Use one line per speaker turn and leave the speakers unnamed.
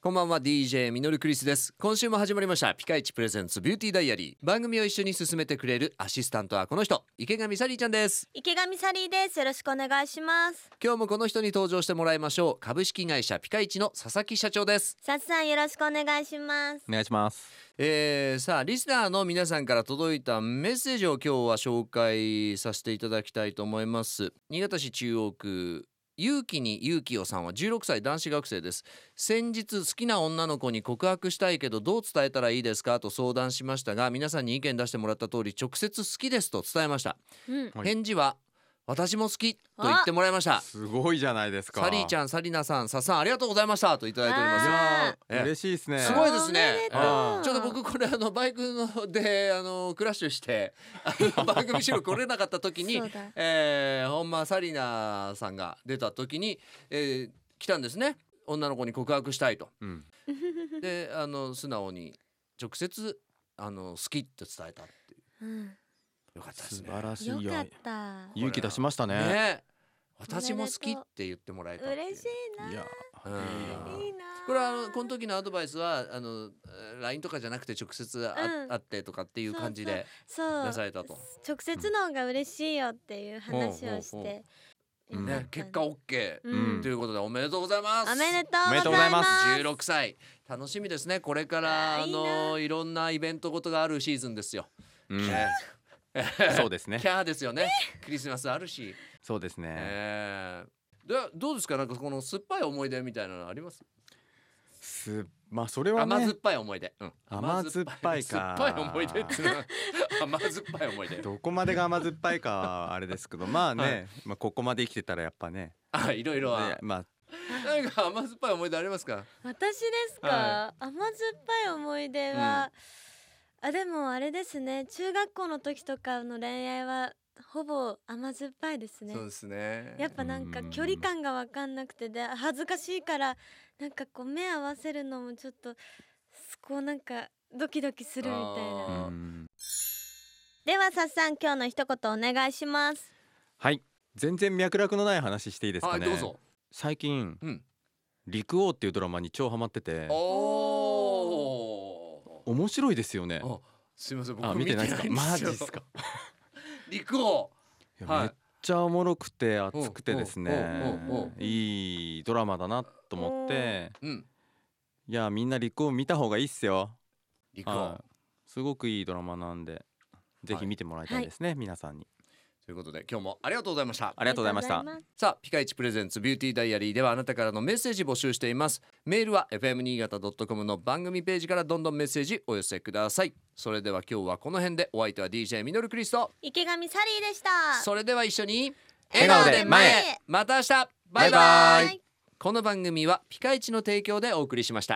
こんばんは DJ ミノルクリスです今週も始まりましたピカイチプレゼンツビューティーダイアリー番組を一緒に進めてくれるアシスタントはこの人池上サリーちゃんです
池上サリーですよろしくお願いします
今日もこの人に登場してもらいましょう株式会社ピカイチの佐々木社長です
さつさんよろしくお願いします
お願いします
えー、さあリスナーの皆さんから届いたメッセージを今日は紹介させていただきたいと思います新潟市中央区勇気に勇気をさんは16歳男子学生です先日好きな女の子に告白したいけどどう伝えたらいいですかと相談しましたが皆さんに意見出してもらった通り直接好きですと伝えました、
うん
はい
返事は私も好きと言ってもらいました
すごいじゃないですか
サリーちゃんサリナさんサさんありがとうございましたといただいております
あ
ええ
嬉しいですね
すごいですね
おめでとう
あ
ちょっと僕これあのバイクのであのクラッシュ してあの番組収録来れなかった時に
そうだ、
えー、ほんまサリナさんが出た時に、えー来たんですね女の子に告白したいと。
うん
であの素直に直接あの好きって伝えたってい
うん
うよかったです
素
ね。
晴らしい
よかっ
勇
た
気出しましたね
ね私も好きって言ってもらえたっていう
嬉しいない
や
うん
いいな
これはあのこの時のアドバイスはあのえー LINE とかじゃなくて直接あ、
うん
会ってとかっていう感じで
そう
出されたと。
直接の方が嬉しいよっていう話をし
うんうん
て
うんうん
ね、結果 OK
う
うん
ということでおめでとうございます。
おめでと
おめで
う
とう
ござ
ござ
い
い
ま
ます
16歳楽しみですねこれから
あー
あのいろんなイベントことがあるシーズンですよ、
うん
ね
そうですね
キャーですよねクリスマスあるし、
そうですね
えーでどうですかなんかこの酸っぱい思い出みたいなのあります
すまあそれは
甘酸
ね
っぱい思い出、うん
甘酸っぱい
酸
か
っぱい思い出っていう のは甘酸っぱい思い出
どこまでが甘酸っぱいかはあれですけどまあ
は
ねまあここまで生きてたらやっぱね
あいろいろ
ね
は
まあ
なんか甘酸っぱい思い出ありますか
私ですか
は
甘酸っぱい思い出はあでもあれですね中学校の時とかの恋愛はほぼ甘酸っぱいですね
そうですね
やっぱなんか
うん
距離感が分かんなくてで恥ずかしいからなんかこう目合わせるのもちょっとすこうなんかドキドキするみた
あ
いな
ー
うん
ではさっさん今日の一言お願いします
はい全然脈絡のない話していいです
は
か
い
ね
どうぞ
最近
うん
陸王っていうドラマに超ハマってて
お
面白いですよね
お。すみません、
あ
僕
見
見
て
て
な
ないい
で
ですすよ
かマジで すか。
陸王。
いや
はい
めっちゃおもろくて熱くてですね
おうおうおうおう
いいドラマだなと思って
うん。
いやみんな離婚見た方がいいっすよ
陸王
は。いすごくいいドラマなんでぜひ見てもらいたいですね、皆さんに
ということで、今日もありがとうございました。
ありがとうございました
さあ、ピカイチプレゼンツビューティーダイアリーではあなたからのメッセージ募集しています。メールは fm 新潟 .com の番組ページからどんどんメッセージお寄せください。それでは今日はこの辺でお相手は DJ ミノルクリスト。
池上サリーでした
それでは一緒に
笑顔で前へ
また明日バイバイ
バイバイ
この番組はピカイチの提供でお送りしました。